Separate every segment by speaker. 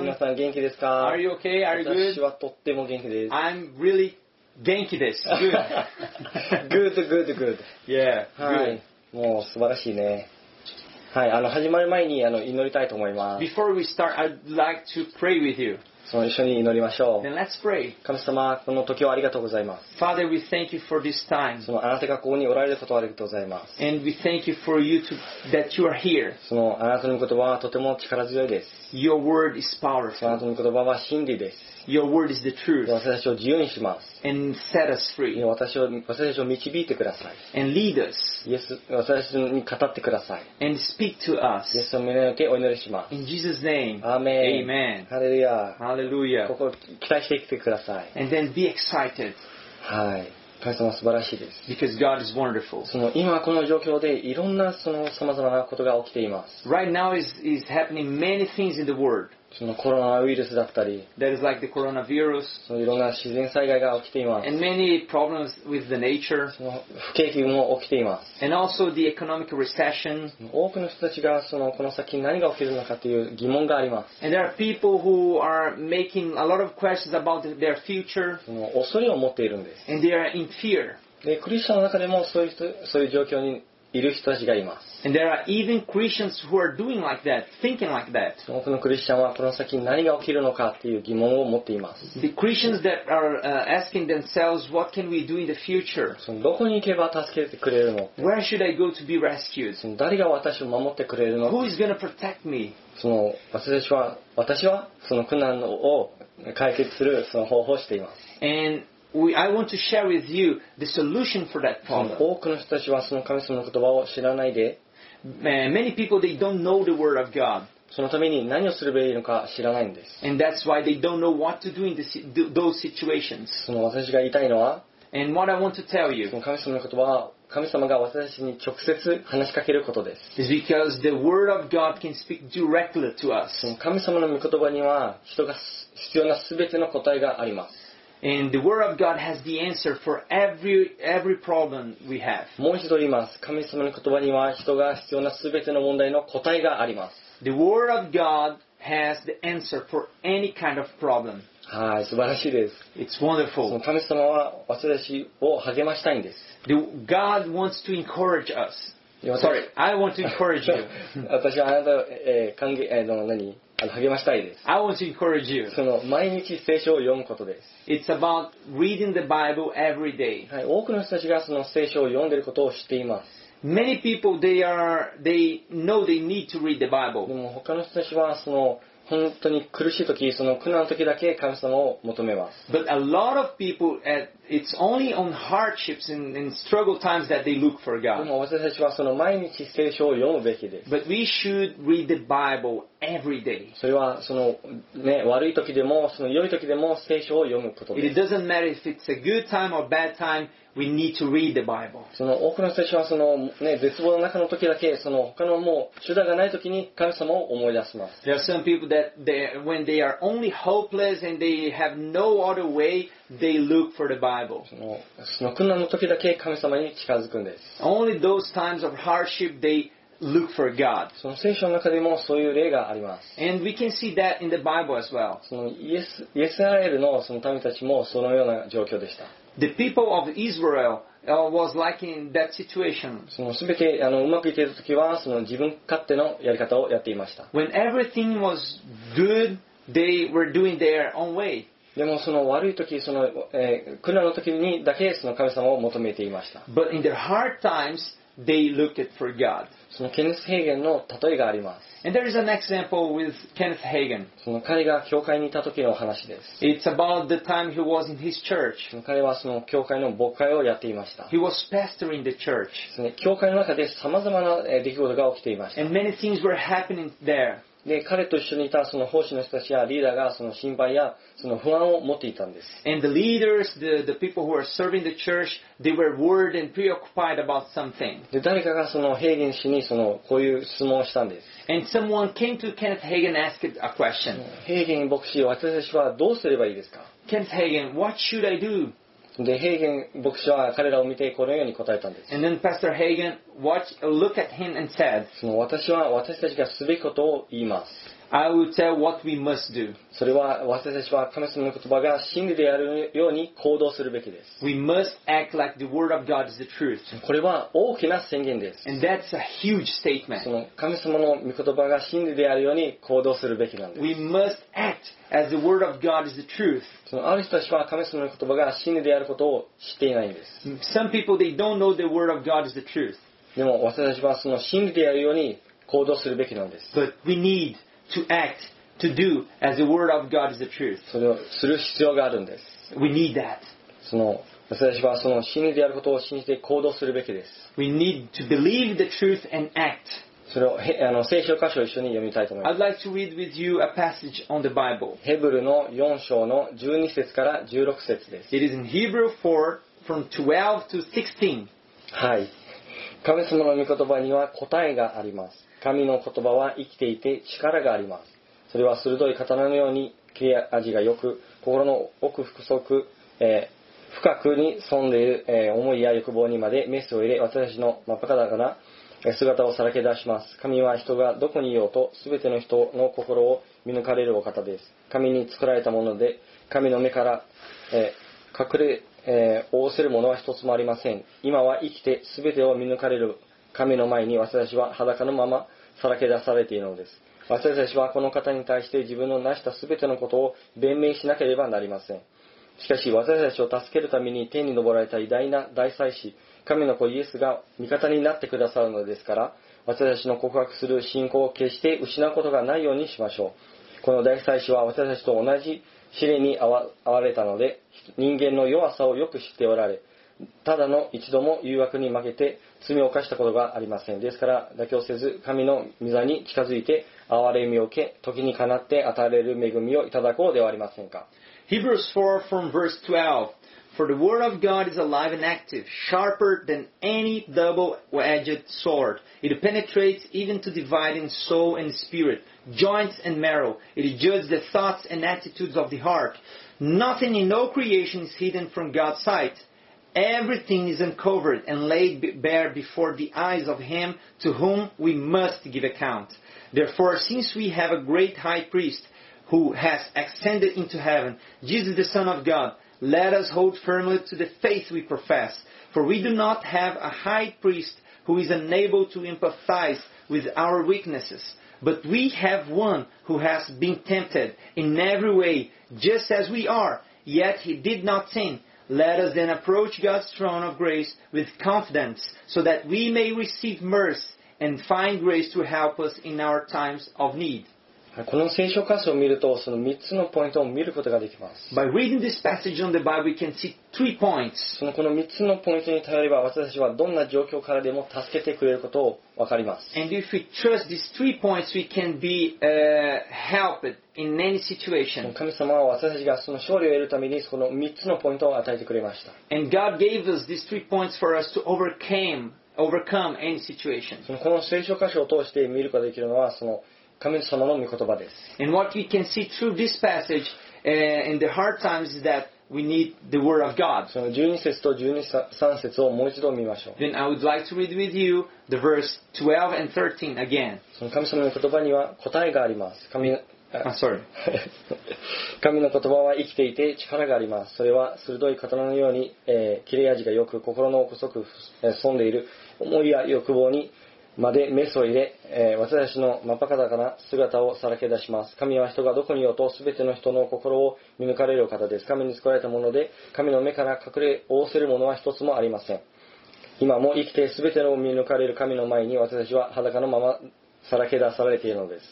Speaker 1: 皆
Speaker 2: doing?
Speaker 1: さん元気ですか
Speaker 2: Are you okay? Are you
Speaker 1: 私
Speaker 2: good?
Speaker 1: はとっても元気です。
Speaker 2: I'm really 元気です Good.
Speaker 1: good, good, good.
Speaker 2: Yeah.
Speaker 1: はい。もう素晴らしいね。はい、あの、始まる前にあの祈りたいと思いま
Speaker 2: Good.
Speaker 1: す。
Speaker 2: Before we start, I'd like to pray with you.
Speaker 1: その一緒に祈りましょ
Speaker 2: Then let's pray.
Speaker 1: う。神様、この時をありがとうございま
Speaker 2: Father, we thank you for this time.
Speaker 1: す。そのあなたがここにおられることをありがとうございます。
Speaker 2: And we thank you for you to, that you are here.
Speaker 1: そのあなたの言葉はとても力強いです。
Speaker 2: Your word is
Speaker 1: そのあな
Speaker 2: powerful.
Speaker 1: たの言葉は真理です。
Speaker 2: Your word is the
Speaker 1: で
Speaker 2: truth.
Speaker 1: 私たちを自由にします。
Speaker 2: And set us
Speaker 1: で
Speaker 2: free.
Speaker 1: 私を私たちを導いてください。
Speaker 2: And lead us.
Speaker 1: イエス私たちに語ってください。
Speaker 2: And speak to
Speaker 1: イエ
Speaker 2: us.
Speaker 1: スの皆においてお祈りします。
Speaker 2: In Jesus' name.
Speaker 1: アーメン。
Speaker 2: Amen.
Speaker 1: ハレルヤ。
Speaker 2: Hallelujah.
Speaker 1: ここ期待してきてください。
Speaker 2: And then be excited
Speaker 1: はい。神様素晴らしいです。
Speaker 2: because God is wonderful.
Speaker 1: その今この状況でいろんなその様々なことが起きています。
Speaker 2: Right now is, is happening many things in the world
Speaker 1: そのコロナウイルスだったり、
Speaker 2: that is like the coronavirus
Speaker 1: そのいろんな自然災害が起きています。
Speaker 2: and many problems with the nature
Speaker 1: その不景気も起きています。
Speaker 2: and also the economic recession.
Speaker 1: 多くの人たちがそのこの先に何が起きるのかという疑問があります。
Speaker 2: And there are people who are making a lot of questions about their future
Speaker 1: その恐れを持っているんで
Speaker 2: and they are in fear.
Speaker 1: す。で、クリスチャンの中でもそういう人、そういう状況にいる人たちがいます。
Speaker 2: And there are even Christians who are doing like that, thinking like that.
Speaker 1: 多くのクリスチャンはこの先に何が起きるのかという疑問を持っています。
Speaker 2: The Christians that are uh, asking themselves, what can we do in the future?
Speaker 1: そのどこに行けば助けてくれるの
Speaker 2: Where should I go to be rescued?
Speaker 1: その誰が私を守ってくれるの
Speaker 2: Who is going to protect me?
Speaker 1: その私は私はその苦難を解決するその方法をしています
Speaker 2: And we, I want to share with you the solution for that
Speaker 1: そ
Speaker 2: problem.
Speaker 1: の多くの人たちはその神様の言葉を知らないで
Speaker 2: Uh, many people, they don't know the Word of God.
Speaker 1: そのために何をすればいいのか知らないんです
Speaker 2: And that's why they don't know what to do in the, si- th- those situations.
Speaker 1: その私が言いたいのは
Speaker 2: And what I want to tell
Speaker 1: そ
Speaker 2: you
Speaker 1: の神様の言葉は神様が私たちに直接話しかけることです
Speaker 2: is because the Word of God can speak directly to us.
Speaker 1: その神様の御言葉には人が必要な全ての答えがあります
Speaker 2: And the Word of God has the answer for every every problem we have.
Speaker 1: もう一度言います神様の言葉には人が必要な全ての問題の答えがあります
Speaker 2: The Word of God has the answer for any kind of problem.
Speaker 1: はい素晴らしいです
Speaker 2: It's
Speaker 1: その
Speaker 2: wonderful.
Speaker 1: 神様は私たちを励ましたいんです。
Speaker 2: The, God wants to encourage us.
Speaker 1: いや私
Speaker 2: Sorry, I want to encourage you.
Speaker 1: 私はあなたを、えー歓迎、えーの何あの励ましたいで
Speaker 2: I want to encourage you.
Speaker 1: す。その毎日聖書を読むことで
Speaker 2: It's about reading the Bible every day.
Speaker 1: す。はい、多くの人たちがその聖書を読んでいることを知っていま
Speaker 2: Many people they are they know they need to read the
Speaker 1: す。で
Speaker 2: Bible.
Speaker 1: も他の人たちはその本当に苦しい時、その苦難の時だけ神様を求めます。
Speaker 2: But a lot of people at, it's only on hardships and, and struggle times that they look for
Speaker 1: で
Speaker 2: God.
Speaker 1: も私たちはその毎日聖書を読むべきです。
Speaker 2: But we should read the Bible every day.
Speaker 1: それはその、ね、悪い時でもその良い時でも聖書を読むことで
Speaker 2: It
Speaker 1: す。
Speaker 2: doesn't matter if it's a good time or bad time, we need to read the Bible.
Speaker 1: その多くの人たちはその、ね、絶望の中の時だけその他のもう手段がない時に神様を思い出します
Speaker 2: There are some people that they, when they are only hopeless and they have no other way, they look for the Bible.
Speaker 1: そのその苦難の時だけ神様に近づくんです
Speaker 2: Only those times of hardship they look for God.
Speaker 1: その聖書の中でもそういう例があります
Speaker 2: And we can see that in the Bible as well.
Speaker 1: そのイエスイエスラエルのその民たちもそのような状況でした
Speaker 2: The people of Israel uh, was like in that situation.
Speaker 1: その全てあのうまくいっている時はその自分勝手のやり方をやっていました
Speaker 2: When everything was good, they were doing their own way.
Speaker 1: でもその悪い時その、えー苦難の時にだけその神様を求めていました
Speaker 2: But in their hard times, they looked it for God.
Speaker 1: そのケネス・ヘーゲンの例えがあります
Speaker 2: And there is an example with Kenneth Hagin.
Speaker 1: その彼が教会にいた時の話です
Speaker 2: It's about the time he was in his church.
Speaker 1: 彼はその教会の牧会をやっていました。
Speaker 2: He was pastoring the church,
Speaker 1: ですね教会の中で様々なえー出来事が起きていました。
Speaker 2: and many things were happening there.
Speaker 1: で、彼と一緒にいたその奉仕の人たちやリーダーがその心配やその不安を持っていたんです。
Speaker 2: And the leaders, the, the people who were serving the church, they were worried and preoccupied about something.
Speaker 1: で、誰かがそのヘーゲン氏にそのこういう質問をしたんです。
Speaker 2: And someone came to Kenneth Hagin and asked a question.
Speaker 1: ヘーゲン牧師、私たちはどうすればいいですか
Speaker 2: Kenneth Hagin, what should I do?
Speaker 1: で、ヘーゲン牧師は彼らを見てこのように答えたんです。
Speaker 2: And then Pastor Hagin watched, looked at him and said,
Speaker 1: その私は私たちがすべきことを言います。
Speaker 2: I will tell what we must do.
Speaker 1: それは私たちは神様の言葉が真理であるように行動するべきです
Speaker 2: We must act like the Word of God is the truth.
Speaker 1: これは大きな宣言です
Speaker 2: And that's a huge
Speaker 1: そ
Speaker 2: statement.
Speaker 1: の神様の御言葉が真理であるように行動するべきなんです
Speaker 2: We must act as the Word of God is the truth.
Speaker 1: そのある人たちは神様の言葉が真理であることを知っていないんです
Speaker 2: Some people, they don't know the Word of God is the truth.
Speaker 1: でも私たちはその真理であるように行動するべきなんです
Speaker 2: But we need to act, to do as the Word of God is the truth.
Speaker 1: それをする必要があるんです
Speaker 2: We need that.
Speaker 1: その私たちはその真理であることを信じて行動するべきです
Speaker 2: We need to believe the truth and act.
Speaker 1: それをへあの聖書箇所を一緒に読みたいと思います
Speaker 2: I'd like to read with you a passage on the Bible.
Speaker 1: ヘブルの4章の12節から16節です
Speaker 2: It is in Hebrew 4 from 12 to 16.
Speaker 1: はい。神様の御言葉には答えがあります。神の言葉は生きていて力があります。それは鋭い刀のように切れ味が良く、心の奥深く、えー深くに潜んでいる、えー思いや欲望にまでメスを入れ、私たちの真っ裸なえー姿をさらけ出します。神は人がどこにいようと、すべての人の心を見抜かれるお方です。神に作られたもので、神の目から、えー隠れ、えー覆せるものは一つもありません。今は生きて全てを見抜かれる神の前に私たちは裸のままさらけ出されているのです。私たちはこの方に対して自分の成した全てのことを弁明しなければなりません。しかし私たちを助けるために天に昇られた偉大な大祭司、神の子イエスが味方になってくださるのですから、私たちの告白する信仰を決して失うことがないようにしましょう。この大祭司は私たちと同じ試練に遭わ遭われたので、人間の弱さをよく知っておられ、ただの一度も誘惑に負けて罪を犯したことがありません。ですから妥協せず神の御座に近づいて憐れみを受け、時にかなって与えられる恵みをいただこうではありませんか。
Speaker 2: Hebrews 4 from verse 12. For the word of God is alive and active, sharper than any double-edged sword. It penetrates even to dividing soul and spirit, joints and marrow. It judges the thoughts and attitudes of the heart. Nothing in no creation is hidden from God's sight. Everything is uncovered and laid be- bare before the eyes of Him to whom we must give account. Therefore, since we have a great high priest who has ascended into heaven, Jesus the Son of God, let us hold firmly to the faith we profess. For we do not have a high priest who is unable to empathize with our weaknesses, but we have one who has been tempted in every way, just as we are, yet he did not sin. Let us then approach God's throne of grace with confidence, so that we may receive mercy and find grace to help us in our times of need.
Speaker 1: この聖書箇所を見ると、その3つのポイントを見ることができます。
Speaker 2: By reading this passage on the Bible, we can see three points.
Speaker 1: そのこの3つのポイントに頼れば、私たちはどんな状況からでも助けてくれることを分かります。
Speaker 2: And if we trust these three points, we can be uh, helped in any situation.
Speaker 1: 神様は私たちがその勝利を得るために、その3つのポイントを与えてくれました。
Speaker 2: And God gave us these three points for us to overcome, overcome any situation.
Speaker 1: そのこの聖書箇所を通して見ることができるのは、その神様の御言葉です。
Speaker 2: And what we can see through this passage uh, in the hard times is that we need the Word of God.
Speaker 1: その12節と13節をもう一度見ましょう。
Speaker 2: Then I would like to read with you the verse 12 and 13 again.
Speaker 1: その神様の言葉には答えがあります。神のあ
Speaker 2: Ah, sorry.
Speaker 1: 神の言葉は生きていて力があります。それは鋭い刀のように、えー切れ味がよく心の細く、えー潜んでいる思いや欲望にまでメスを入れ、えー私たちの真っ裸な姿をさらけ出します。神は人がどこにいようと全ての人の心を見抜かれるお方です。神に作られたもので、神の目から隠れ覆せるものは一つもありません。今も生きて全てのを見抜かれる神の前に私たちは裸のままさらけ出されているのです。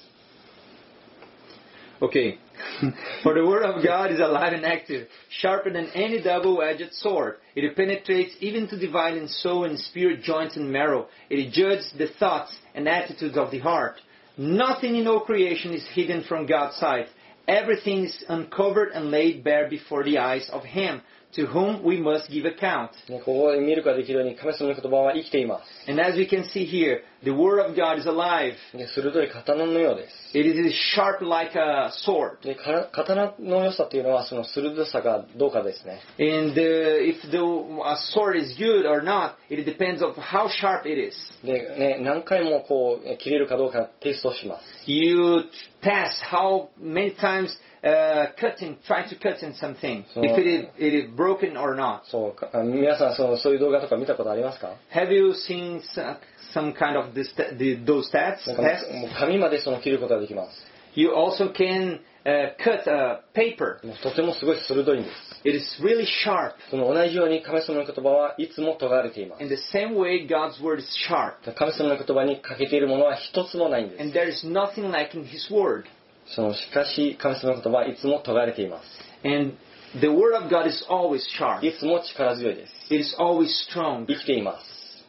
Speaker 2: Okay. For the word of God is alive and active, sharper than any double-edged sword. It penetrates even to dividing soul and spirit, joints and marrow. It judges the thoughts and attitudes of the heart. Nothing in all creation is hidden from God's sight. Everything is uncovered and laid bare before the eyes of Him to whom we must give account.
Speaker 1: ね、ここで見ることができるように神様の言葉は生きていま
Speaker 2: And as we can see here, the Word of God is alive.
Speaker 1: す。で鋭い刀のようで
Speaker 2: It is sharp like a sword.
Speaker 1: す。で、か刀の良さというのはその鋭さがどうかですね。
Speaker 2: And uh, if the, a sword is good or not, it depends on how sharp it is.
Speaker 1: で、ね、何回もこう、え切れるかどうかテストします。
Speaker 2: You test how many times uh, cutting, try to cut in something,
Speaker 1: So-
Speaker 2: if it is, it is broken or not.
Speaker 1: そうか、あ皆さんそのそういう動画とか見たことありますか
Speaker 2: Have you seen some, some kind of this, the, those stats?
Speaker 1: なんか
Speaker 2: tests?
Speaker 1: もう紙までその切ることができます。
Speaker 2: You also can uh, cut a paper.
Speaker 1: もうとてもすごい鋭いんです。
Speaker 2: It is really sharp.
Speaker 1: その同じように神様の言葉はいつも尖れています
Speaker 2: In the same way, God's word is sharp.
Speaker 1: 神様の言葉に欠けているものは一つもないんで
Speaker 2: And there is nothing like in His word.
Speaker 1: す。そのしかし神様の言葉はいつも尖れていま
Speaker 2: And the word of God is always sharp.
Speaker 1: す。いつも力強いです。
Speaker 2: It is always strong.
Speaker 1: 生きていま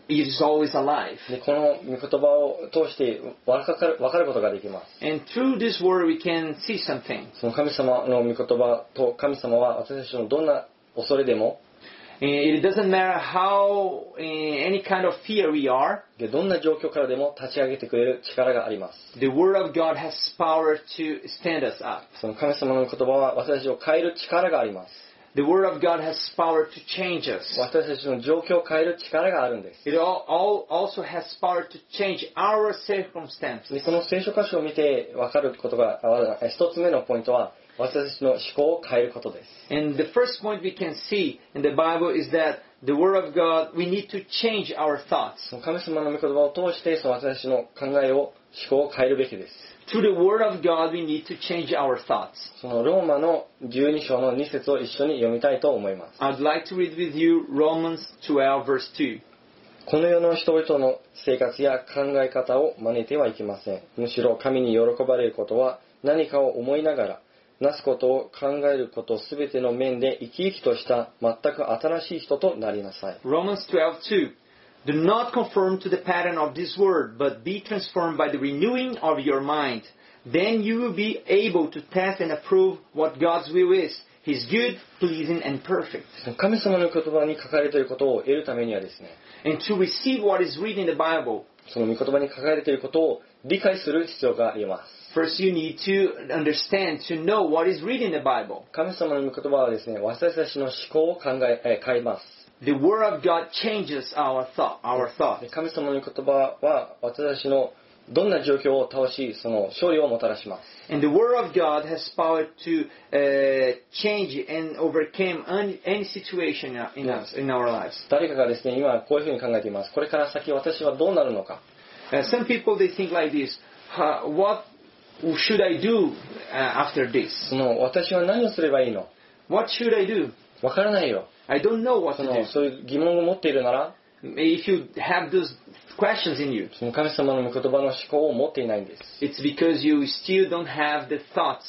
Speaker 2: It is always alive.
Speaker 1: す。でこの御言葉を通してわかるわかることができま
Speaker 2: And through this word, we can see something.
Speaker 1: す。その神様の御言葉と神様は私たちのどんな恐れでも、
Speaker 2: And Eh, It doesn't matter how uh, any kind of fear we are.
Speaker 1: でどんな状況からでも立ち上げてくれる力があります。
Speaker 2: The word of God has power to stand us up.
Speaker 1: その神様の言葉は私たちを変える力があります。
Speaker 2: The word of God has power to change us.
Speaker 1: 私たちの状況を変える力があるんです。
Speaker 2: It all, all also has power to change our circumstances.
Speaker 1: でこの聖書箇所を見て分かることがあ一つ目のポイントは私たちの思考を変えることです
Speaker 2: And the first point we can see in the Bible is that the Word of God, we need to change our thoughts.
Speaker 1: その神様の御言葉を通してその私たちの考えを思考を変えるべきです
Speaker 2: Through the Word of God, we need to change our thoughts.
Speaker 1: そのローマの12章の2節を一緒に読みたいと思います
Speaker 2: I'd like to read with you Romans 12, verse 2.
Speaker 1: この世の人々の生活や考え方を真似てはいけませんむしろ神に喜ばれることは何かを思いながらなすことを考えることすべての面で生き生きとした全く新しい人となりなさい
Speaker 2: Romans 12, 2. Do not conform to the pattern of this world, but be transformed by the renewing of your mind. Then you will be able to test and approve what God's will is. His good, pleasing, and perfect.
Speaker 1: 神様の言葉に書かれていることを得るためにはですね
Speaker 2: And to receive what is written in the Bible,
Speaker 1: その御言葉に書かれていることを理解する必要があります
Speaker 2: First, you need to understand, to know what is written in the Bible.
Speaker 1: 神様の御言葉はですね私たちの思考を考ええー変えます
Speaker 2: The Word of God changes our thought, our thought.
Speaker 1: で神様の御言葉は私たちのどんな状況を倒しその勝利をもたらします
Speaker 2: And the Word of God has power to uh, change and overcome un- any situation in us, in our lives.
Speaker 1: 誰かがですね今こういうふうに考えていますこれから先私はどうなるのか
Speaker 2: Uh, some people they think like this: "Huh, What should I do uh, after this?
Speaker 1: その私は何をすればいいの
Speaker 2: What should I do?
Speaker 1: わからないよ
Speaker 2: I don't know what
Speaker 1: そ
Speaker 2: to
Speaker 1: の
Speaker 2: do."
Speaker 1: そういう疑問を持っているなら
Speaker 2: If you have those questions in you,
Speaker 1: その神様の御言葉の思考を持っていないんです
Speaker 2: it's because you still don't have the thoughts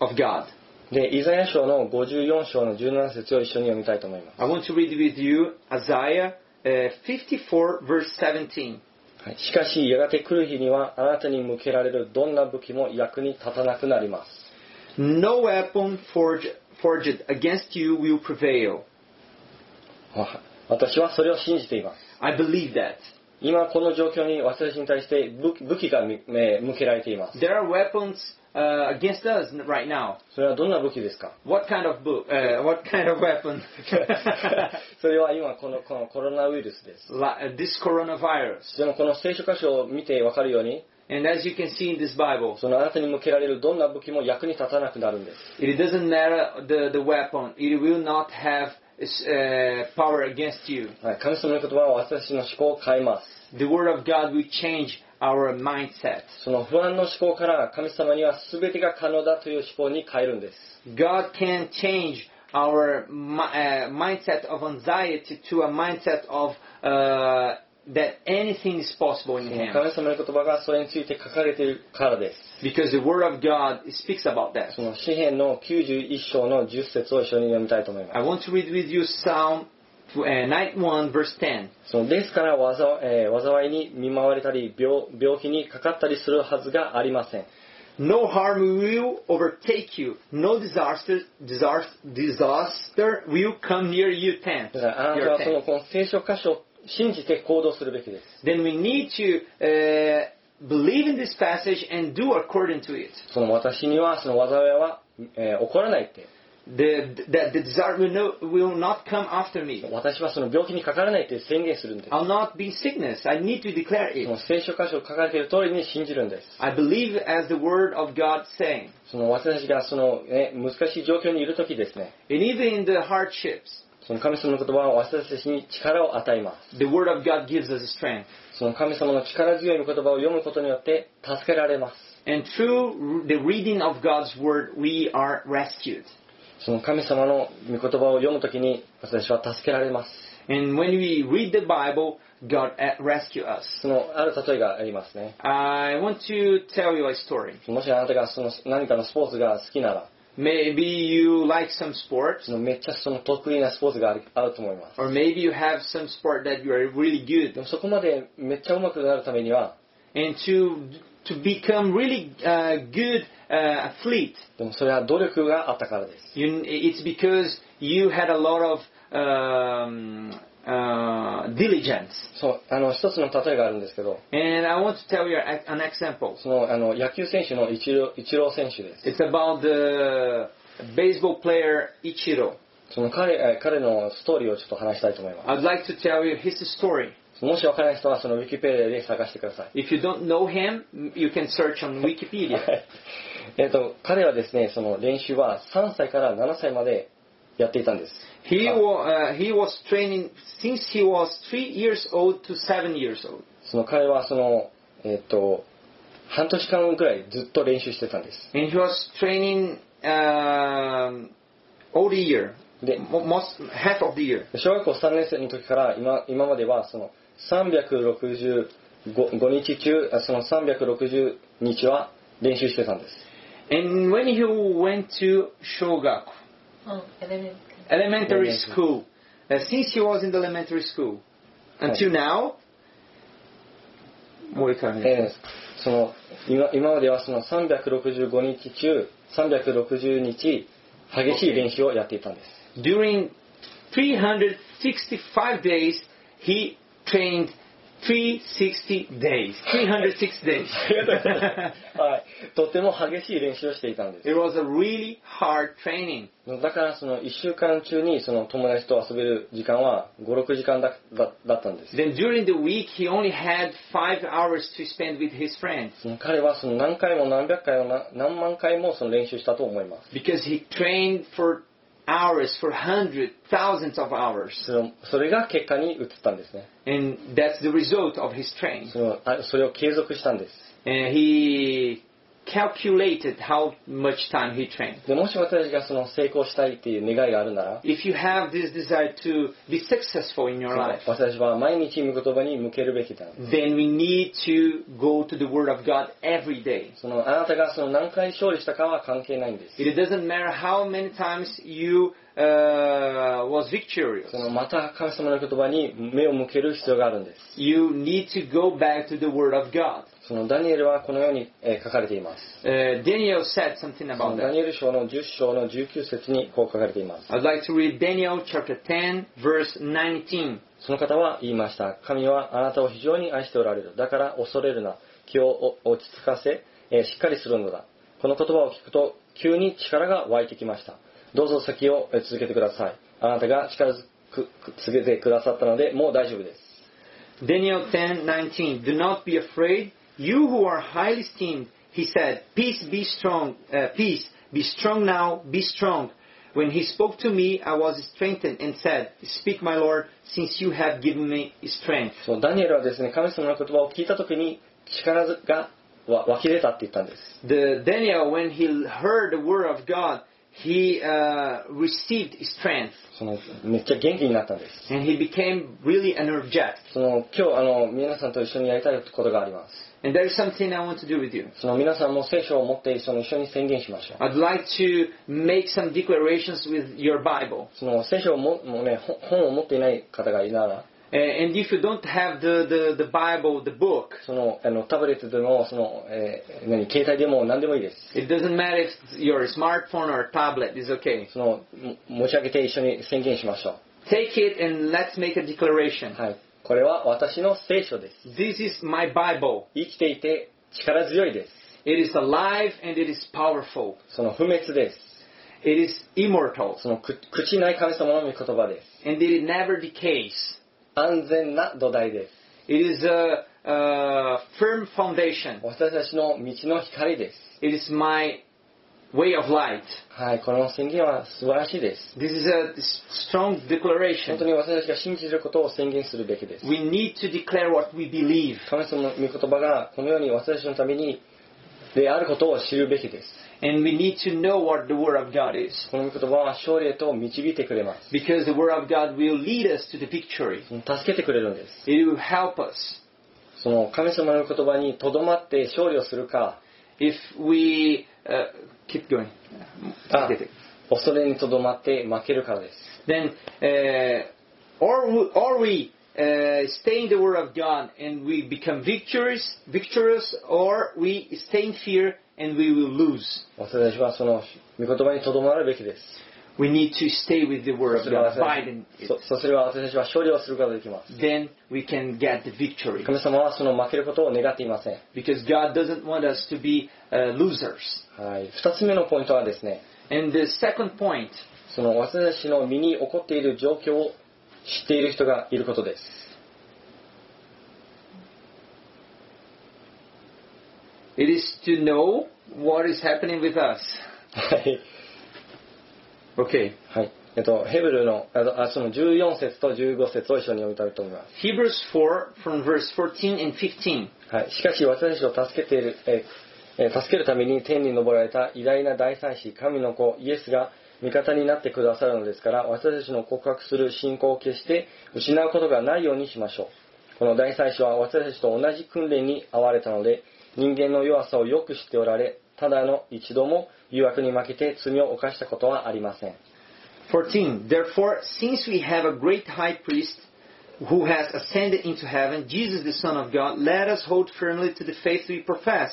Speaker 2: of God.
Speaker 1: で、イザヤ書の54章の17節を一緒に読みたいと思いま
Speaker 2: I want to read with you Isaiah uh, 54, verse 17.
Speaker 1: す。はい、しかし、やがて来る日には、あなたに向けられるどんな武器も役に立たなくなります。
Speaker 2: No weapon forged, forged against you will prevail.
Speaker 1: わ私はそれを信じています。
Speaker 2: I believe that.
Speaker 1: 今、この状況に私に対して武武器がみえー向けられています。
Speaker 2: There are weapons uh, against us n- right now.
Speaker 1: それはどんな武器ですか
Speaker 2: What kind of book? Uh, what kind of weapon?
Speaker 1: それは今この、このコロナウイルスです。
Speaker 2: Li- uh, this coronavirus.
Speaker 1: でもこの聖書箇所を見てわかるように、
Speaker 2: And as you can see in this Bible,
Speaker 1: そのあなたに向けられるどんな武器も役に立たなくなるんです。
Speaker 2: it doesn't matter the, the weapon. It will not have uh, power against you.
Speaker 1: はい、神様の言葉は私の思考を変えます。
Speaker 2: The Word of God will change our mindset.
Speaker 1: その不安の思考から神様には全てが可能だという思考に変えるんです。
Speaker 2: God can change our mi- uh, mindset of anxiety to a mindset of uh, that anything is possible in
Speaker 1: 神
Speaker 2: Him.
Speaker 1: 様の言葉がそれについて書かれているからです。
Speaker 2: Because the Word of God speaks about that.
Speaker 1: その詩篇の91章の10節を一緒に読みたいと思いま
Speaker 2: I want to read with you Psalm uh, 91, verse 10.
Speaker 1: す。そのですから災,、えー災いに見舞われたり病病気にかかったりするはずがありません。
Speaker 2: No harm will overtake you. No disaster, disaster, disaster will come near you tent.
Speaker 1: だからあなた
Speaker 2: your
Speaker 1: はその
Speaker 2: tent.
Speaker 1: この聖書箇所を信じて行動するべきです。
Speaker 2: Then we need to uh, believe in this passage and do according to it.
Speaker 1: その私にはその災いは、えー起こらないって、
Speaker 2: The, that the disaster will, no, will not come after me.
Speaker 1: 私はその病気にかからないって宣言するんです。
Speaker 2: I'll not be sickness. I need to declare
Speaker 1: その
Speaker 2: it.
Speaker 1: 聖書箇所を書かれている通りに信じるんです。
Speaker 2: I believe as the word of God saying.
Speaker 1: その私たちがその、ね、難しい状況にいる時ですね、
Speaker 2: And even in the hardships,
Speaker 1: その神様の言葉は私たちに力を与えま
Speaker 2: the word of God gives us strength.
Speaker 1: す。その神様の力強い御言葉を読むことによって助けられます。
Speaker 2: And through the reading of God's word, we are rescued.
Speaker 1: その神様の御言葉を読むときに私は助けられます。
Speaker 2: And when we read the Bible, God uh, rescue us.
Speaker 1: そのある例えがありますね。
Speaker 2: I want to tell you a story.
Speaker 1: もしあなたがその何かのスポーツが好きなら、
Speaker 2: Maybe you like some
Speaker 1: そ
Speaker 2: sports,
Speaker 1: のめっちゃその得意なスポーツがあるあると思います。
Speaker 2: or maybe you have some sport that you are really
Speaker 1: で
Speaker 2: good.
Speaker 1: もそこまでめっちゃ上手くなるためには、
Speaker 2: And to to become really uh, good uh, athlete,
Speaker 1: でもそれは努力があったからです。
Speaker 2: you, it's because you had a lot of um, uh, diligence.
Speaker 1: そう、あの、一つの例えがあるんですけど、
Speaker 2: And I want to tell you a- an example.
Speaker 1: その、あの、野球選手のイチローイチロー選手です。
Speaker 2: It's about the baseball player Ichiro.
Speaker 1: その彼、え彼のストーリーをちょっと話したいと思いま
Speaker 2: I'd like to tell you his story.
Speaker 1: す。もしわからない人は、そのウィキペディアで探してください。
Speaker 2: If you don't know him, you can search on Wikipedia.
Speaker 1: えっと、彼はですね、その練習は3歳から7歳までやっていたんです。
Speaker 2: He, wa- uh, he was training since he was three years old to seven years old.
Speaker 1: その彼はその、えっと、半年間ぐらいずっと練習してたんです。
Speaker 2: And he was training um, all the year,
Speaker 1: The-
Speaker 2: Mo- most half of the year.
Speaker 1: で小学校3年生の時から今今まではその365 5日中、あその360日は練習してたんです。
Speaker 2: And when he went to Shogaku
Speaker 3: うん、エレメン
Speaker 2: elementary
Speaker 1: Elementary.
Speaker 2: school, uh, since he was in the elementary school until now, もう一回ね。
Speaker 1: えーその今今まではその365日中360日激しい練習をやっていたんです。
Speaker 2: During 365 days, he trained 360 days. 306 days.
Speaker 1: はい、とても激しい練習をしていたんです
Speaker 2: it was a really hard training.
Speaker 1: だからその1週間中にその友達と遊べる時間は56時間だだだったんです
Speaker 2: Then during the week, he only had five hours to spend with his friends
Speaker 1: その彼はその何回も何百回もな何万回もその練習したと思います
Speaker 2: because he trained for hours, for hundreds, thousands of hours.
Speaker 1: そのそれが結果に移ったんですね
Speaker 2: And that's the result of his training.
Speaker 1: そのあそれを継続したんです
Speaker 2: And he calculated how much time he trained.
Speaker 1: でもし私がその成功したいっていう願いがあるなら
Speaker 2: If you have this desire to be successful in your life,
Speaker 1: 私は毎日御言葉に向けるべきだ
Speaker 2: then we need to go to the Word of God every day.
Speaker 1: そのあなたがその何回勝利したかは関係ないんです
Speaker 2: It doesn't matter how many times you uh, was victorious.
Speaker 1: そのまた神様の言葉に目を向ける必要があるんです
Speaker 2: You need to go back to the Word of God.
Speaker 1: そのダニエルはこのようにえー書かれています。
Speaker 2: Uh, Daniel said something
Speaker 1: そ
Speaker 2: about
Speaker 1: のダ
Speaker 2: that.
Speaker 1: ニエル書の10章の19節にこう書かれています。
Speaker 2: I'd like to read Daniel chapter 10, verse 19.
Speaker 1: その方は言いました。神はあなたを非常に愛しておられる。だから恐れるな。気をお落ち着かせ、えーしっかりするのだ。この言葉を聞くと急に力が湧いてきました。どうぞ先をえー続けてください。あなたが力づくく続けてくださったのでもう大丈夫です。
Speaker 2: Daniel 10:19. Do not be afraid, you who are highly esteemed. He said, "Peace, be strong. Uh, peace, be strong now. Be strong." When he spoke to me, I was strengthened and said, "Speak, my Lord, since you have given me strength."
Speaker 1: そのダニエルはですね、神様の言葉を聞いた時に力がわ湧き出たって言ったんです。
Speaker 2: The Daniel, when he heard the word of God, he uh, received strength
Speaker 1: そのめっちゃ元気になったんです。
Speaker 2: and he became really energetic.
Speaker 1: その今日あの皆さんと一緒にやりたいことがあります
Speaker 2: And there is something I want to do with you.
Speaker 1: その皆さんも聖書を持ってその一緒に宣言しましょう
Speaker 2: I'd like to make some declarations with your Bible.
Speaker 1: その聖書をももうねほ本を持っていない方がいるなら
Speaker 2: Uh, and if you don't have the, the, the Bible, the book,
Speaker 1: そのあのタブレットでもその、えー何携帯でも何でもいいです
Speaker 2: it doesn't matter if it's your smartphone or tablet is okay.
Speaker 1: そのも持ち上げて一緒に宣言しましょ
Speaker 2: Take it and let's make a declaration.
Speaker 1: う、はい、これは私の聖書です
Speaker 2: This is my Bible.
Speaker 1: 生きていて力強いです
Speaker 2: It is alive and it is powerful.
Speaker 1: その不滅です
Speaker 2: It is immortal
Speaker 1: そのく朽ちない神様の御言葉です
Speaker 2: and it never decays.
Speaker 1: 安全な土台です
Speaker 2: It is a, a firm foundation.
Speaker 1: 私たちの道の光です
Speaker 2: It is my way of life.
Speaker 1: はいこの宣言は素晴らしいです
Speaker 2: This is a s- strong
Speaker 1: 本当
Speaker 2: declaration.
Speaker 1: に私たちが信じることを宣言するべきです
Speaker 2: We need to declare what we believe.
Speaker 1: 神様の御言葉がこのように私たちのためにであることを知るべきです
Speaker 2: And we need to know what the Word of God is.
Speaker 1: この御言葉は勝利へと導いてくれます
Speaker 2: Because the Word of God will lead us to the victory.
Speaker 1: 助けてくれるんです
Speaker 2: It will help us.
Speaker 1: その神様の言葉にとどまって勝利をするか
Speaker 2: If we uh, keep going,
Speaker 1: あ恐れにとどまって負けるからです
Speaker 2: then uh, or we, or we uh, stay in the Word of God and we become victorious, victorious, or we stay in fear and we will lose.
Speaker 1: 私たちはその御言葉にとどまるべきです
Speaker 2: We need to stay with the
Speaker 1: そ
Speaker 2: Word
Speaker 1: す
Speaker 2: of
Speaker 1: れば
Speaker 2: God,
Speaker 1: 私た
Speaker 2: abide
Speaker 1: ち
Speaker 2: in it.
Speaker 1: そそうすれば私たちは勝利をすることができます
Speaker 2: Then we can get the victory
Speaker 1: 神様はその負けることを願っていません、
Speaker 2: because God doesn't want us to be uh, losers.
Speaker 1: はい、2つ目のポイントはですね
Speaker 2: And the second point
Speaker 1: その私たちの身に起こっている状況を知っている人がいることです。
Speaker 2: it is to know what is happening with us.
Speaker 1: はい。
Speaker 2: Okay.
Speaker 1: はい。えっと、ヘブルの、あのあその14節と15節を一緒に読みたいと思いま
Speaker 2: Hebrews 4 from verse 14 and 15.
Speaker 1: す。はい。しかし私たちを助けている、ええ助けるために天に昇られた偉大な大祭司、神の子イエスが味方になってくださるのですから、私たちの告白する信仰を決して失うことがないようにしましょう。この大祭司は私たちと同じ訓練に遭われたので、人間の弱さをよく知っておられ、ただの一度も誘惑に負けて罪を犯したことはありません。
Speaker 2: 14. Therefore, since we have a great high priest who has ascended into heaven, Jesus the Son of God, let us hold firmly to the faith we profess.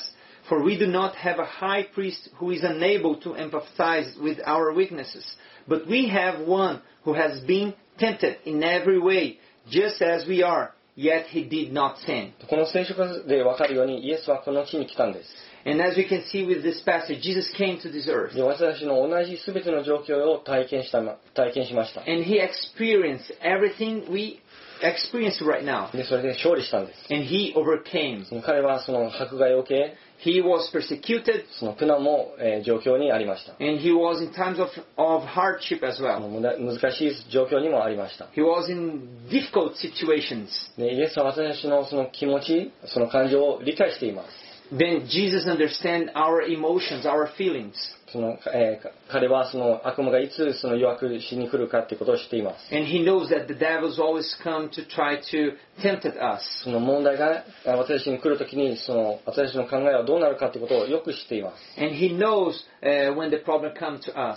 Speaker 2: For we do not have a high priest who is unable to empathize with our weaknesses, but we have one who has been tempted in every way, just as we are, yet he did not sin.
Speaker 1: この聖書でわかるようにイエスはこの地に来たんです。
Speaker 2: And as we can see with this passage, Jesus came to this earth.
Speaker 1: で私たちの同じ全ての状況を体験したま体験しました。
Speaker 2: And he experienced everything we experience right now.
Speaker 1: でそれで勝利したんです。
Speaker 2: And he overcame.
Speaker 1: その彼はその迫害を受け、
Speaker 2: He was persecuted
Speaker 1: その苦難も、えー状況にありました。
Speaker 2: and he was in times of, of hardship as
Speaker 1: あの
Speaker 2: well.
Speaker 1: むだ難しい状況にもありました。
Speaker 2: He was in difficult situations.
Speaker 1: でイエスは私たちのその気持ち、その感情を理解しています。
Speaker 2: Then Jesus understand our emotions, our feelings,
Speaker 1: そのえーか彼はその悪魔がいつその誘惑しに来るかということを知っています。
Speaker 2: and he knows that the devils always come to try to tempt us.
Speaker 1: その問題があ私たちに来るときにその私たちの考えはどうなるかということをよく知っています。
Speaker 2: And he knows uh, when the problem comes to us.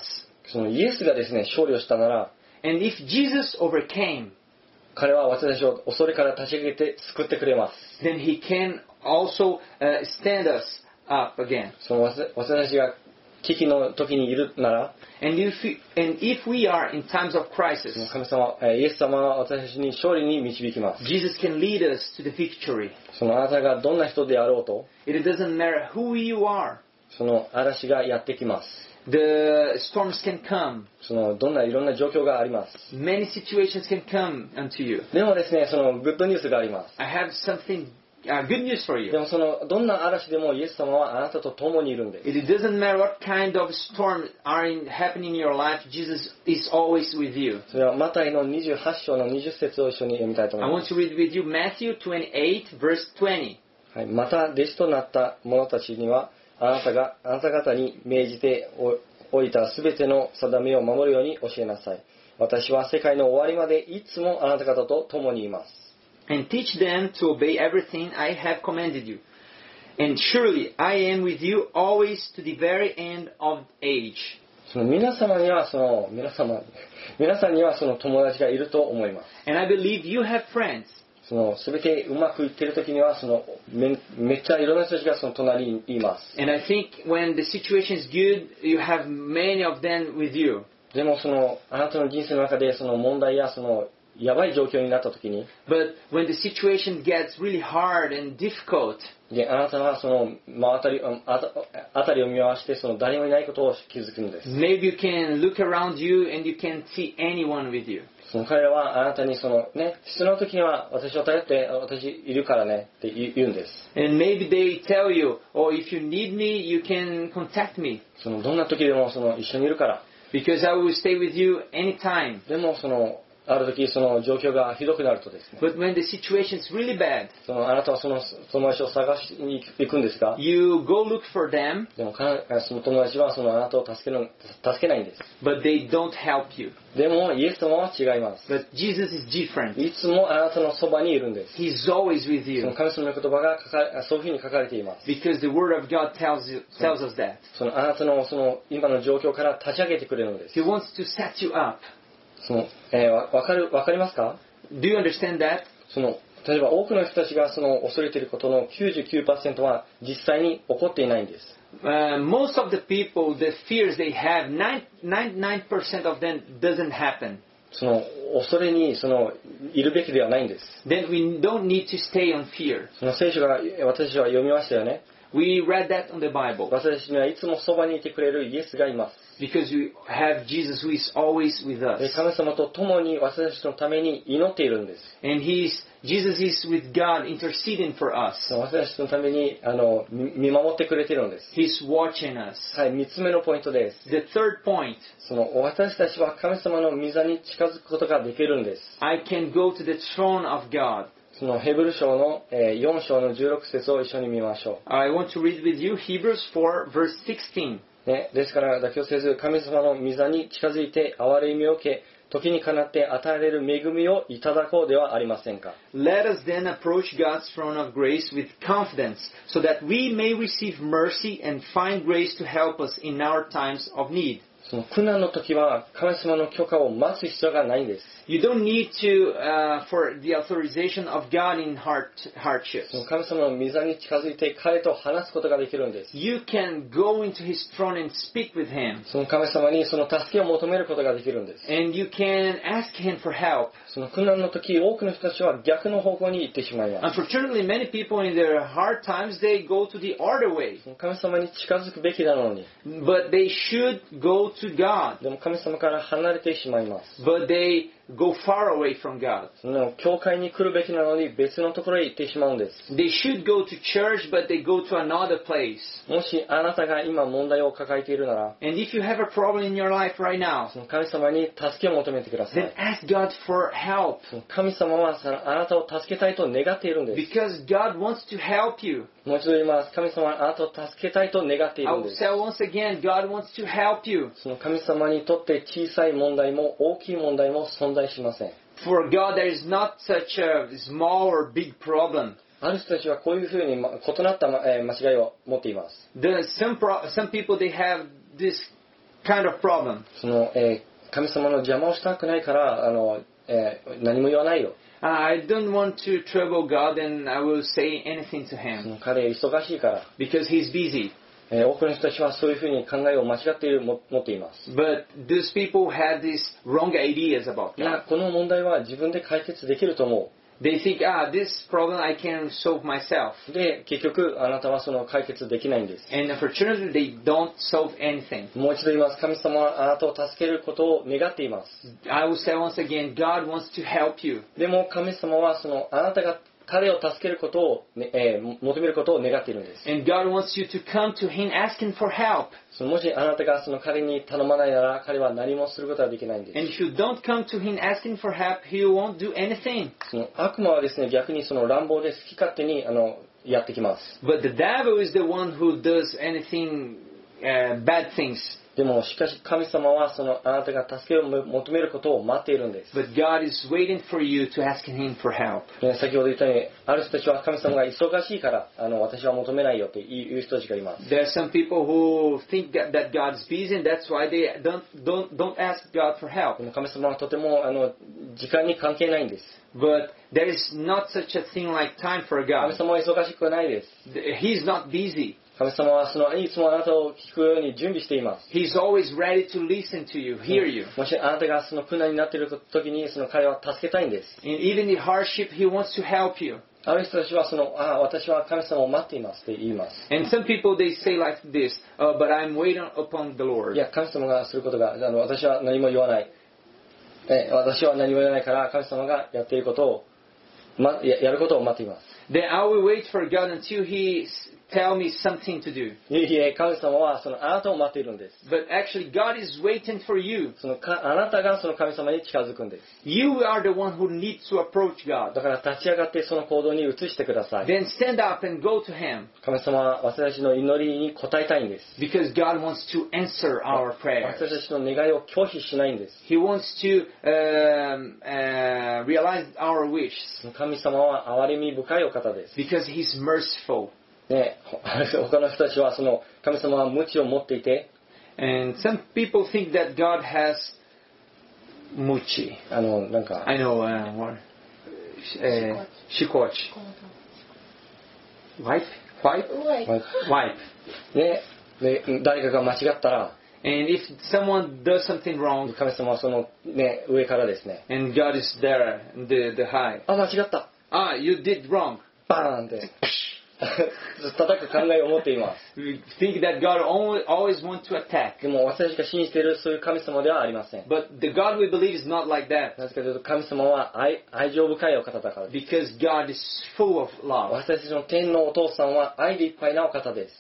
Speaker 1: そのイエスがですね、勝利をしたなら、
Speaker 2: And if Jesus overcame,
Speaker 1: 彼は私たちを恐れから立ち上げて救ってくれます。
Speaker 2: then he can also uh, stand us up again.
Speaker 1: そのわた私たちが危機の時にいるなら、
Speaker 2: And if we, and if we are in times of crisis,
Speaker 1: 神様、えーイエス様は私たちに勝利に導きます。
Speaker 2: Jesus can lead us to the victory.
Speaker 1: そのあなたがどんな人であろうと、
Speaker 2: It doesn't matter who you are.
Speaker 1: その嵐がやってきます。
Speaker 2: The storms can come.
Speaker 1: そのどんないろんな状況があります。
Speaker 2: Many situations can come unto you.
Speaker 1: でもですね、そのグッドニュースがありま
Speaker 2: I have something uh, good news for
Speaker 1: す。で
Speaker 2: you.
Speaker 1: もそのどんな嵐でもイエス様はあなたと共にいるんです。
Speaker 2: It doesn't matter what kind of storm are in, happening in your life. Jesus is always with you.
Speaker 1: それはマタイの28章の20節を一緒に読みたいと思
Speaker 2: I
Speaker 1: います
Speaker 2: want to read with you Matthew 28 verse 20.
Speaker 1: はい、また弟子となった者たちにはあなたがあなた方に命じておいたすべての定めを守るように教えなさい私は世界の終わりまでいつもあなた方と共にいます
Speaker 2: and teach them to obey everything I have commanded you. And surely I am with you always to the very end of age.
Speaker 1: その皆様にはその皆様皆さんにはその友達がいると思います
Speaker 2: And I believe you have friends.
Speaker 1: その全てうまくいってる時にはそのめめっちゃいろんな人たちがその隣にいます
Speaker 2: And I think when the situation is good, you have many of them with you.
Speaker 1: でもそのあなたの人生の中でその問題やそのやばい状況になった時に
Speaker 2: But when the situation gets really hard and difficult,
Speaker 1: であなたはそのまあ辺りあた辺りを見回してその誰もいないことを気づくんです
Speaker 2: maybe you can look around you and you can't see anyone with you.
Speaker 1: その彼らはあなたにそのね必要な時には私を頼って私いるからねって言う言うんです
Speaker 2: And maybe they tell you, oh, if you need me, you can contact me
Speaker 1: そのどんな時でもその一緒にいるから
Speaker 2: because I will stay with you anytime.
Speaker 1: でもそのある時その状況がひどくなるとですね
Speaker 2: But when the situation is really bad,
Speaker 1: そのあなたはその友達を探しに行くんですが
Speaker 2: you go look for them,
Speaker 1: でもかその友達はそのあなたを助ける助けないんです
Speaker 2: but they don't help you.
Speaker 1: でもイエス様は違います
Speaker 2: But Jesus is different.
Speaker 1: いつもあなたのそばにいるんです
Speaker 2: He's always with
Speaker 1: その
Speaker 2: you
Speaker 1: 神様の言葉が書かそういうふうに書かれています
Speaker 2: because the Word of God tells, you, tells us that.
Speaker 1: そのあなたのその今の状況から立ち上げてくれるのです
Speaker 2: He wants to set you up.
Speaker 1: その、えーわわかるわかりますか
Speaker 2: Do you understand that?
Speaker 1: その例えば多くの人たちがその恐れていることの99%は実際に起こっていないんです
Speaker 2: Uh, most of the people, the fears they have, nine- 99% of them doesn't happen.
Speaker 1: その恐れにそのいるべきではないんです
Speaker 2: Then we don't need to stay on fear.
Speaker 1: その聖書がえー私たちは読みましたよね
Speaker 2: We read that on the Bible
Speaker 1: 私たちにはいつもそばにいてくれるイエスがいます
Speaker 2: because we have Jesus who is always with
Speaker 1: で
Speaker 2: us.
Speaker 1: 神様と共に私たちのために祈っているんです
Speaker 2: And he's, Jesus is with God interceding for us.
Speaker 1: その私たちのためにあのみ見守ってくれているんです
Speaker 2: He's watching us.
Speaker 1: はい3つ目のポイントです
Speaker 2: The third point,
Speaker 1: その私たちは神様の御座に近づくことができるんです
Speaker 2: I can go to the throne of God.
Speaker 1: そのヘブル書のえー4章の16節を一緒に見ましょ
Speaker 2: I want to read with you Hebrews 4 verse 16.
Speaker 1: う、ね、ですから妥協せず神様の御座に近づいて憐れみを受け時にかなって与えられる恵みをいただこうではありませんか
Speaker 2: Let us then approach God's throne of grace with confidence, so that we may receive mercy and find grace to help us in our times of need.
Speaker 1: その苦難の時は神様の許可を待つ必要がないんです
Speaker 2: You don't need to uh, for the authorization of God in hard,
Speaker 1: そ
Speaker 2: hardships.
Speaker 1: の神様の御座に近づいて彼と話すことができるんです
Speaker 2: You can go into His throne and speak with Him,
Speaker 1: その神様にその助けを求めることができるんです
Speaker 2: and you can ask Him for help.
Speaker 1: その苦難の時多くの人たちは逆の方向に行ってしまいます
Speaker 2: Unfortunately, many people in their hard times they go to the other way,
Speaker 1: 神様に近づくべきなのに
Speaker 2: but they should go to God,
Speaker 1: でも神様から離れてしまいます
Speaker 2: but they go far away from God.
Speaker 1: その教会に来るべきなのに別のところへ行ってしまうんです
Speaker 2: They should go to church, but they go to another place.
Speaker 1: もしあなたが今問題を抱えているなら
Speaker 2: And if you have a problem in your life right now,
Speaker 1: その神様に助けを求めてくださ
Speaker 2: then
Speaker 1: い
Speaker 2: ask God for help.
Speaker 1: その神様はそのあなたを助けたいと願っているんで
Speaker 2: Because God wants to help you.
Speaker 1: すもう一度言います神様はあなたを助けたいと願ってい
Speaker 2: I
Speaker 1: るん
Speaker 2: will
Speaker 1: です
Speaker 2: say once again, God wants to help you.
Speaker 1: その神様にとって小さい問題も大きい問題も存在しません
Speaker 2: For God, there is not such a small or big problem.
Speaker 1: ある人たちはこういうふうにま異なったまえー間違いを持っています
Speaker 2: The, some, pro- some people, they have this kind of problem.
Speaker 1: その、えー神様の邪魔をしたくないからあの、えー何も言わないよ
Speaker 2: Uh, I don't want to trouble God and I will say anything to
Speaker 1: そ
Speaker 2: Him
Speaker 1: の彼忙しいから、
Speaker 2: because He's busy.
Speaker 1: えー多くの人たちはそういうふうに考えを間違っているも持っています
Speaker 2: But these people have these wrong ideas about
Speaker 1: い
Speaker 2: God.
Speaker 1: やこの問題は自分で解決できると思
Speaker 2: They think, ah, this problem I can solve myself.
Speaker 1: うで結局あなたはその解決できないんです
Speaker 2: And unfortunately, they don't solve anything.
Speaker 1: もう一度言います神様はあなたを助けることを願っています
Speaker 2: I will say once again, God wants to help you.
Speaker 1: でも神様はそのあなたが彼を助けることをね、えー求めることを願っているんです
Speaker 2: And God wants you to come to Him asking for help.
Speaker 1: そのもしあなたがその彼に頼まないなら彼は何もすることはできないんです
Speaker 2: And if you don't come to Him asking for help, He won't do anything.
Speaker 1: その悪魔はですね逆にその乱暴で好き勝手にあのやってきます
Speaker 2: But the devil is the one who does anything, uh, bad things.
Speaker 1: でも、しかし神様はそのあなたが助けを求めることを待っているんです。
Speaker 2: But God is waiting for you to ask Him for help.
Speaker 1: ね先ほど言ったように、ある人たちは神様が忙しいから、あの、私は求めないよっていう人たちがいます。
Speaker 2: There are some people who think that, that God is busy and that's why they don't, don't, don't ask God for help.
Speaker 1: でも神様はとても、あの、時間に関係ないんです。
Speaker 2: But there is not such a thing like time for
Speaker 1: 神
Speaker 2: God.
Speaker 1: 様は忙しくはないです。
Speaker 2: He's not busy.
Speaker 1: 神様はその、いつもあなたを聞くように準備しています。
Speaker 2: He's always ready to listen to you, hear you.
Speaker 1: もしあなたがその苦難になっている時に、その彼は助けたいんです。
Speaker 2: And even in hardship, He wants to help you.
Speaker 1: ある人たちはその、ああ、私は神様を待っていますって言います。
Speaker 2: And some people, they say like this, uh, but I'm waiting upon the Lord.
Speaker 1: いや、神様がすることが、あの私は何も言わない。え私は何も言わないから、神様がやっていることを、ま、ややることを待っています。
Speaker 2: Then I will wait for God until He s- tell me something to do.
Speaker 1: いえいえ、神様はそのあなたを待っているんです。
Speaker 2: But actually, God is waiting for you.
Speaker 1: そのかあなたがその神様に近づくんです。
Speaker 2: You are the one who needs to approach
Speaker 1: だ
Speaker 2: God.
Speaker 1: から立ち上がってその行動に移してください。
Speaker 2: Then stand up and go to Him
Speaker 1: 神様は私たちの祈りに応えたいんです。
Speaker 2: because God wants to answer our
Speaker 1: 私
Speaker 2: prayers.
Speaker 1: たちの願いを拒否しないんです。
Speaker 2: He wants to um, uh, realize our wishes
Speaker 1: 神様は憐れみ深いお方です。
Speaker 2: because He's merciful.
Speaker 1: ね、 ほ他の人たちはその神様は無知を持っていて、
Speaker 2: And some people think that God has muchi.
Speaker 1: あの、なんか、
Speaker 2: I know uh, what. Uh, chicote. Wipe? Wipe?
Speaker 1: ま
Speaker 2: Wipe.
Speaker 1: ね、で誰かが間違ったら
Speaker 2: And if someone does something wrong
Speaker 1: 神様はその、ね、上からですね
Speaker 2: and God is there, the, the high,
Speaker 1: あ間違った
Speaker 2: ah, you did wrong.
Speaker 1: バーンって 叩く考えを持っていま
Speaker 2: We think that God only, always wants to attack.
Speaker 1: すでも私が信じているそういう神様ではありません
Speaker 2: But the God we believe is not like that
Speaker 1: なぜかというと神様は愛愛情深いお方だからです
Speaker 2: because God is full of love.
Speaker 1: 私たちの天のお父さんは愛でいっぱいなお方です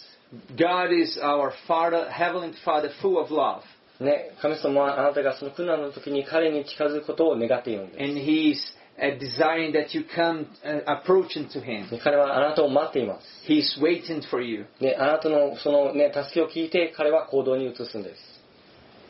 Speaker 2: God is our Father, Heavenly Father, full of love.
Speaker 1: ね、神様はあなたがその苦難の時に彼に近づくことを願っているんで
Speaker 2: And He is uh, desiring that you come uh, approaching to Him.
Speaker 1: す彼はあなたを待っています
Speaker 2: He is waiting for you.
Speaker 1: であなたのその、ね、助けを聞いて彼は行動に移すんです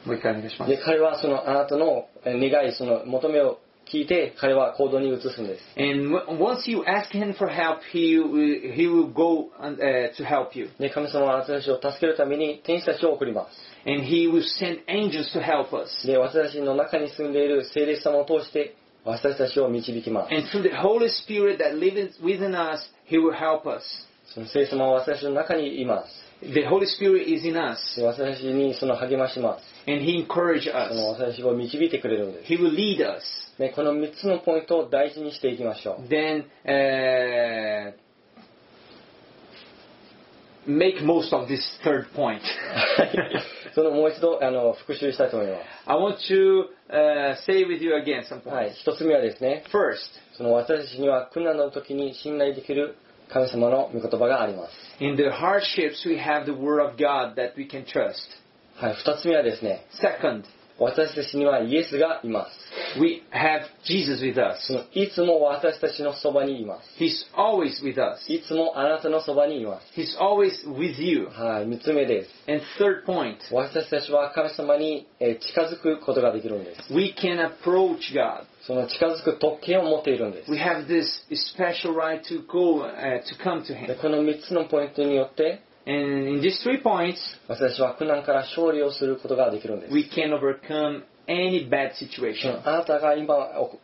Speaker 1: で彼はそのあなたのえー願いその求めを聞いて彼は行動に移すんです
Speaker 2: And w- once you ask Him for help, He will, he will go and, uh, to help you.
Speaker 1: で神様は私たちを助けるために天使たちを送りま
Speaker 2: And He will send angels to help us.
Speaker 1: すで私たちの中に住んでいる聖霊様を通して私たちを導きます
Speaker 2: And through the Holy Spirit that lives within us, He will help us.
Speaker 1: その聖霊様は私たちの中にいま
Speaker 2: The Holy Spirit is in us,
Speaker 1: すで私たちにその励まします
Speaker 2: and He encourages
Speaker 1: その
Speaker 2: us.
Speaker 1: 私たちを導いてくれるんで
Speaker 2: He will lead us.
Speaker 1: すでこの3つのポイントを大事にしていきましょ
Speaker 2: Then uh, make most of this third point.
Speaker 1: う そのもう一度あの復習したいと思いま
Speaker 2: I want to uh, say with you again some
Speaker 1: す、はい
Speaker 2: points.、
Speaker 1: 1つ目はですね
Speaker 2: First,
Speaker 1: その私たちには苦難の時に信頼できる神様の御言葉があります。
Speaker 2: in the hardships, we have the Word of God that we can trust.
Speaker 1: はい、二つ目はですね、
Speaker 2: Second,
Speaker 1: 私たちにはイエスがいます。
Speaker 2: we have Jesus with us.
Speaker 1: そのいつも私たちのそばにいま
Speaker 2: He's always with us.
Speaker 1: す。いつもあなたのそばにいま
Speaker 2: He's always with you.
Speaker 1: す。はい、三つ目で
Speaker 2: And third point,
Speaker 1: す。私たちは神様にえー近づくことができるんです。
Speaker 2: we can approach God.
Speaker 1: その近づく特権を持っているんです
Speaker 2: We。have this special right to go uh, to come to
Speaker 1: で
Speaker 2: Him.
Speaker 1: この三つのポイントによって、
Speaker 2: And in these three points,
Speaker 1: 私たちは苦難から勝利をすることができるんです。
Speaker 2: we can overcome any bad
Speaker 1: そ
Speaker 2: situation.
Speaker 1: のあなたが今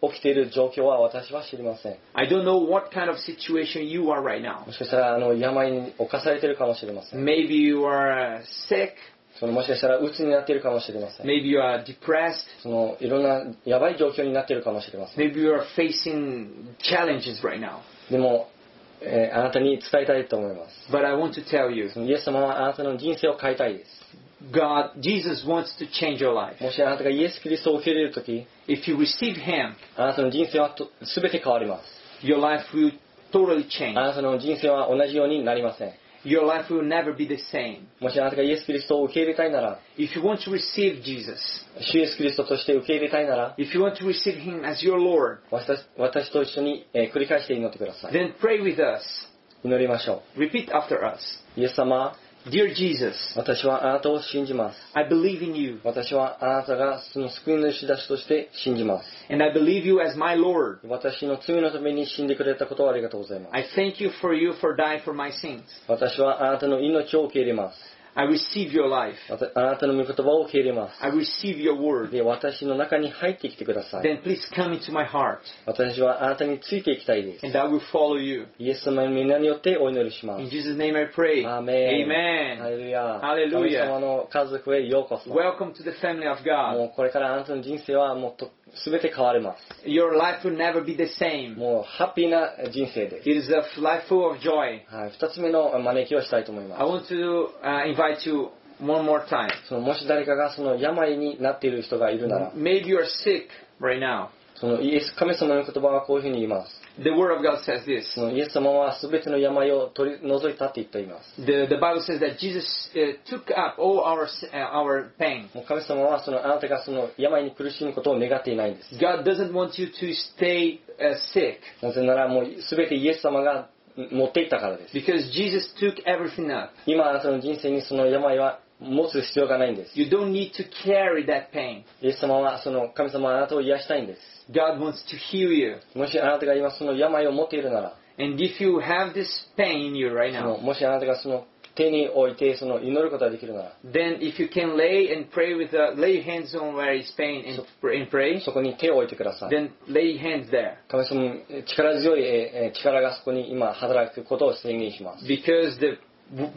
Speaker 1: 起きている状況は私は知りません。
Speaker 2: I don't know what kind of situation you are right now.
Speaker 1: もしかしたらあの病に侵されているかもしれません。
Speaker 2: Maybe you are uh, sick.
Speaker 1: そのもしかしたら鬱になっているかもしれません。
Speaker 2: Maybe you are depressed.
Speaker 1: そのいろんなやばい状況になっているかもしれません。
Speaker 2: Maybe you are facing challenges right now.
Speaker 1: でも、えーあなたに伝えたいと思います。
Speaker 2: But I want to tell you,
Speaker 1: そのイエス様はあなたの人生を変えたいです。
Speaker 2: God, Jesus wants to change your life.
Speaker 1: もしあなたがイエス・キリストを受け入れるとき、
Speaker 2: If you receive Him,
Speaker 1: あなたの人生はと全て変わります。
Speaker 2: your life will totally change.
Speaker 1: あなたの人生は同じようになりません。
Speaker 2: Your life will never be the same.
Speaker 1: もしあなたがイエス・キリストを受け入れたいなら、
Speaker 2: If you want to receive Jesus,
Speaker 1: 主イエス・キリストとして受け入れたいなら、
Speaker 2: if you want to receive Him as your Lord,
Speaker 1: 私私と一緒に、えー繰り返して祈ってください。
Speaker 2: then pray with us.
Speaker 1: 祈りましょ
Speaker 2: Repeat after us.
Speaker 1: う。イエス様、
Speaker 2: Dear Jesus,
Speaker 1: 私はあなたを信じます。
Speaker 2: I believe in you,
Speaker 1: 私はあなたがその救い主だしとして信じます。
Speaker 2: and I believe you as my Lord.
Speaker 1: 私の罪のために死んでくれたことをありがとうございます。
Speaker 2: I thank you for you for dying for my sins.
Speaker 1: 私はあなたの命を受け入れます。
Speaker 2: I receive your life.
Speaker 1: またあなたの御言葉を受け入れま
Speaker 2: I receive your
Speaker 1: す。
Speaker 2: word.
Speaker 1: で、私の中に入ってきてください。
Speaker 2: Then please come into my heart,
Speaker 1: 私はあなたについていきたいです。
Speaker 2: and I will follow you.
Speaker 1: イエス様の皆によってお祈りしま
Speaker 2: In
Speaker 1: す。
Speaker 2: Jesus' name I pray.
Speaker 1: アーメン。ハレ
Speaker 2: Amen.
Speaker 1: ルヤ。
Speaker 2: ハレルヤ
Speaker 1: 神様の家族へようこそ。
Speaker 2: Welcome to the family of
Speaker 1: も
Speaker 2: God.
Speaker 1: うこれからあなたの人生はもうと全て変わりま
Speaker 2: Your life will never be the
Speaker 1: す。
Speaker 2: same.
Speaker 1: もうハッピーな人生です。
Speaker 2: It is a life full of joy.
Speaker 1: はい、二つ目の招きをしたいと思い
Speaker 2: I
Speaker 1: ま
Speaker 2: want to uh, invite you one more time.
Speaker 1: す。そのもし誰かがその病になっている人がいるなら、
Speaker 2: Maybe you are sick right now.
Speaker 1: そのイエス神様の言葉はこういうふうに言います。
Speaker 2: The Word of God says this.
Speaker 1: そのイエス様は全ての病を取り除いたって言っています。
Speaker 2: The, the Bible says that Jesus uh, took up all our, s- uh, our pain.
Speaker 1: もう神様はそのあなたがその病に苦しむことを願っていないんです。
Speaker 2: God doesn't want you to stay uh, sick
Speaker 1: なぜならもう全てイエス様が持っていったからです。
Speaker 2: because Jesus took everything up.
Speaker 1: 今あなたの人生にその病は持つ必要がないんです。
Speaker 2: You don't need to carry that pain.
Speaker 1: イエス様はその神様はあなたを癒したいんです。
Speaker 2: God wants to heal you.
Speaker 1: もしあなたが今その病を持っているなら、
Speaker 2: And if you have this pain in you right
Speaker 1: その
Speaker 2: now,
Speaker 1: もしあなたがその手に置いてその祈ることができるなら、
Speaker 2: then if you can lay and pray with uh, lay hands on where is pain and, pr- and pray,
Speaker 1: そこに手を置いてください。
Speaker 2: then lay hands there
Speaker 1: 神様の力強いえーえー力がそこに今働くことを宣言します。
Speaker 2: because the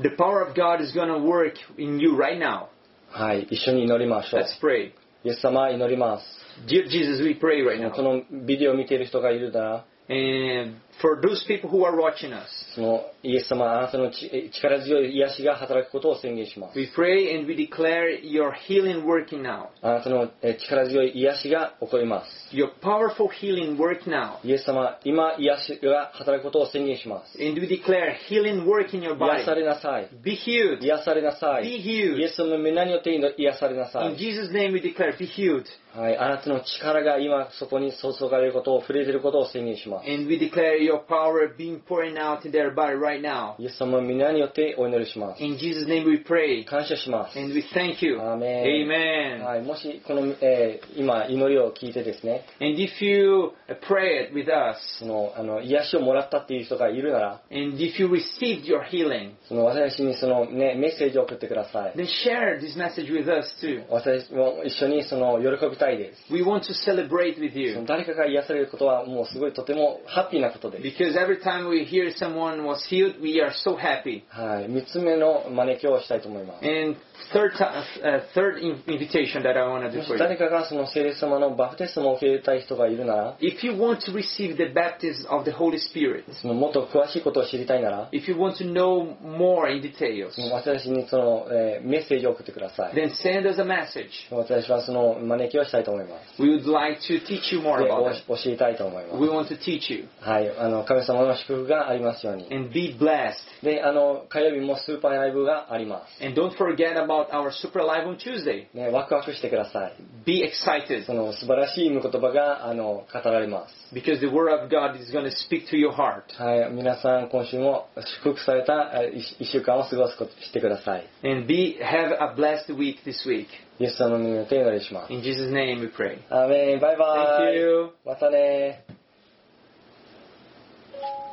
Speaker 2: the power of God is going to work in you right now.
Speaker 1: はい、一緒に祈りましょう。
Speaker 2: Let's pray.
Speaker 1: イエス様、祈ります。
Speaker 2: Dear Jesus, we pray right
Speaker 1: もうこ
Speaker 2: now.
Speaker 1: のビデオを見ている人がいるなら、
Speaker 2: And for those people who are watching us,
Speaker 1: そのイエス様、あなたのちえー力強い癒しが働くことを宣言します。
Speaker 2: we pray and we declare your healing working now.
Speaker 1: あなたのえー力強い癒しが起こります。
Speaker 2: Your powerful healing work now.
Speaker 1: イエス様、今癒しが働くことを宣言します。
Speaker 2: And we declare healing work in your
Speaker 1: 癒
Speaker 2: body.
Speaker 1: されなさい。
Speaker 2: Be healed.
Speaker 1: 癒されなさ
Speaker 2: Be
Speaker 1: い。
Speaker 2: healed.
Speaker 1: イエス様の皆によって癒されなさ
Speaker 2: In
Speaker 1: い。
Speaker 2: Jesus' name we declare, be healed.
Speaker 1: はい、あなたの力が今そこに注がれることを、触れていることを宣言します。
Speaker 2: And we declare your power being pouring out in their body right now.
Speaker 1: イエス様の皆によってお祈りします。
Speaker 2: In Jesus' name we pray.
Speaker 1: 感謝します。
Speaker 2: And we thank you.
Speaker 1: Amen.
Speaker 2: Amen.
Speaker 1: はい、もしこの、えー今祈りを聞いてですね、
Speaker 2: And if you pray it with us,
Speaker 1: そのあの癒しをもらったっていう人がいるなら、
Speaker 2: and if you received your healing,
Speaker 1: その私にそのねメッセージを送ってください。
Speaker 2: then share this message with us too.
Speaker 1: 私も一緒にその喜びたいです。
Speaker 2: We want to celebrate with
Speaker 1: その
Speaker 2: you.
Speaker 1: 誰かが癒されることはもうすごいとてもハッピーなことです。
Speaker 2: Because every time we hear someone was healed, we are so happy.
Speaker 1: はい、三つ目の招きをしたいと思います。
Speaker 2: And third, ti- uh, third in- invitation that I want
Speaker 1: も
Speaker 2: to do for
Speaker 1: し
Speaker 2: you.
Speaker 1: 誰かがその聖霊様のバプテスマを受け入れたい人がいるなら、
Speaker 2: If you want to receive the baptism of the Holy Spirit,
Speaker 1: そのもっと詳しいことを知りたいなら、
Speaker 2: If you want to know more in details,
Speaker 1: 私にその、えーメッセージを送ってください。
Speaker 2: then send us a message.
Speaker 1: 私はその招きをしたいと思います。
Speaker 2: We would like to teach you more
Speaker 1: で、
Speaker 2: about
Speaker 1: お
Speaker 2: it.
Speaker 1: 教えたいと思いま
Speaker 2: We want to teach you
Speaker 1: す。はい、あの、神様の祝福がありますように。
Speaker 2: and be blessed.
Speaker 1: で、あの、火曜日もスーパーライブがありま
Speaker 2: And don't forget about our Super Live on Tuesday.
Speaker 1: す。ね、ワクワクしてください。
Speaker 2: Be excited
Speaker 1: その素晴らしい御言葉が、あの、語られま
Speaker 2: because the Word of God is going to speak to your heart.
Speaker 1: す。はい、皆さん今週も祝福されたえ一一週間を過ごすことしてください。
Speaker 2: And be have a blessed week this week.
Speaker 1: イエス様の皆によってお祈りします。
Speaker 2: In Jesus' name we pray.
Speaker 1: アーメン、バイバ
Speaker 2: Thank
Speaker 1: イ。
Speaker 2: you.
Speaker 1: またね